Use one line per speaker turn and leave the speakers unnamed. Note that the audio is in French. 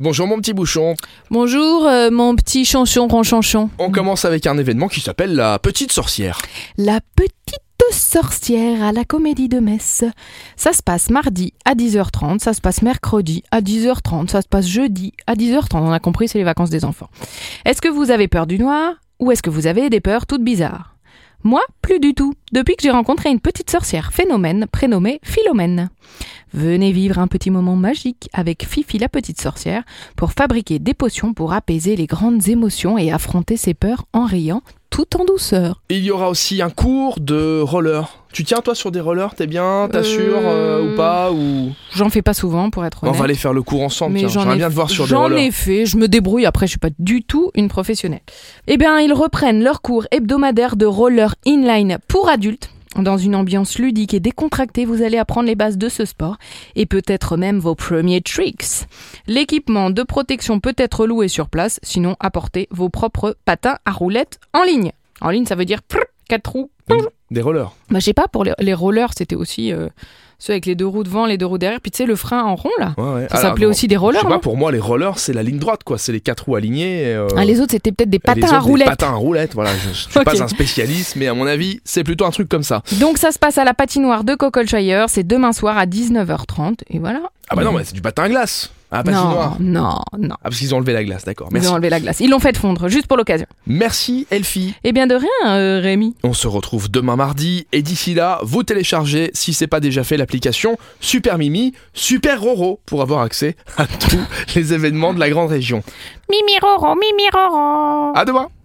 Bonjour mon petit bouchon.
Bonjour, euh, mon petit chanchon, ranchanchon.
On commence avec un événement qui s'appelle la petite sorcière.
La petite sorcière à la comédie de Metz. Ça se passe mardi à 10h30, ça se passe mercredi à 10h30, ça se passe jeudi à 10h30. On a compris, c'est les vacances des enfants. Est-ce que vous avez peur du noir ou est-ce que vous avez des peurs toutes bizarres moi, plus du tout, depuis que j'ai rencontré une petite sorcière phénomène prénommée Philomène. Venez vivre un petit moment magique avec Fifi la petite sorcière pour fabriquer des potions pour apaiser les grandes émotions et affronter ses peurs en riant tout en douceur.
Il y aura aussi un cours de roller. Tu tiens toi sur des rollers, t'es bien, t'assures
Euh,
euh, ou pas ou...
J'en fais pas souvent pour être
On
honnête.
va aller faire le cours ensemble,
mais
tiens.
j'en
j'aimerais
ai-
bien te voir sur des
j'en
rollers.
ai fait, je me débrouille, après je suis pas du tout une professionnelle. Eh bien, ils reprennent leur cours hebdomadaire de roller inline pour adultes. Dans une ambiance ludique et décontractée, vous allez apprendre les bases de ce sport et peut-être même vos premiers tricks. L'équipement de protection peut être loué sur place, sinon apportez vos propres patins à roulettes en ligne. En ligne, ça veut dire prrr, quatre roues.
Des rollers.
Bah, je sais pas, pour les, les rollers, c'était aussi euh, ceux avec les deux roues devant, les deux roues derrière, puis tu sais, le frein en rond là.
Ouais, ouais.
Ça
Ah,
s'appelait
non.
aussi des
Je
rollers.
sais
non
pas, pour moi les rollers c'est la ligne droite quoi, c'est les quatre roues alignées. et, euh,
Ah, les autres, c'était peut-être des
et les
patins à
autres, des
roulettes.
Patins à roulettes, voilà. Je, je suis
Ok.
pas un spécialiste, mais à mon avis c'est plutôt un truc comme ça.
Donc ça se passe à la patinoire de Cocolshire, c'est demain soir à 19h30, et voilà.
Ah bah non, mais c'est du patin à glace. Ah, patinoire.
Mm. non, non, non.
Ah parce qu'ils ont enlevé la glace, d'accord. Merci.
Ils ont enlevé la glace. Ils l'ont fait fondre, juste pour l'occasion.
Merci Elfie.
Eh bien de rien, euh, Rémi.
On se retrouve demain mardi et d'ici là, vous téléchargez, si c'est pas déjà fait, l'application Super Mimi, Super Roro pour avoir accès à tous les événements de la grande région.
Mimi Roro, Mimi Roro.
À demain.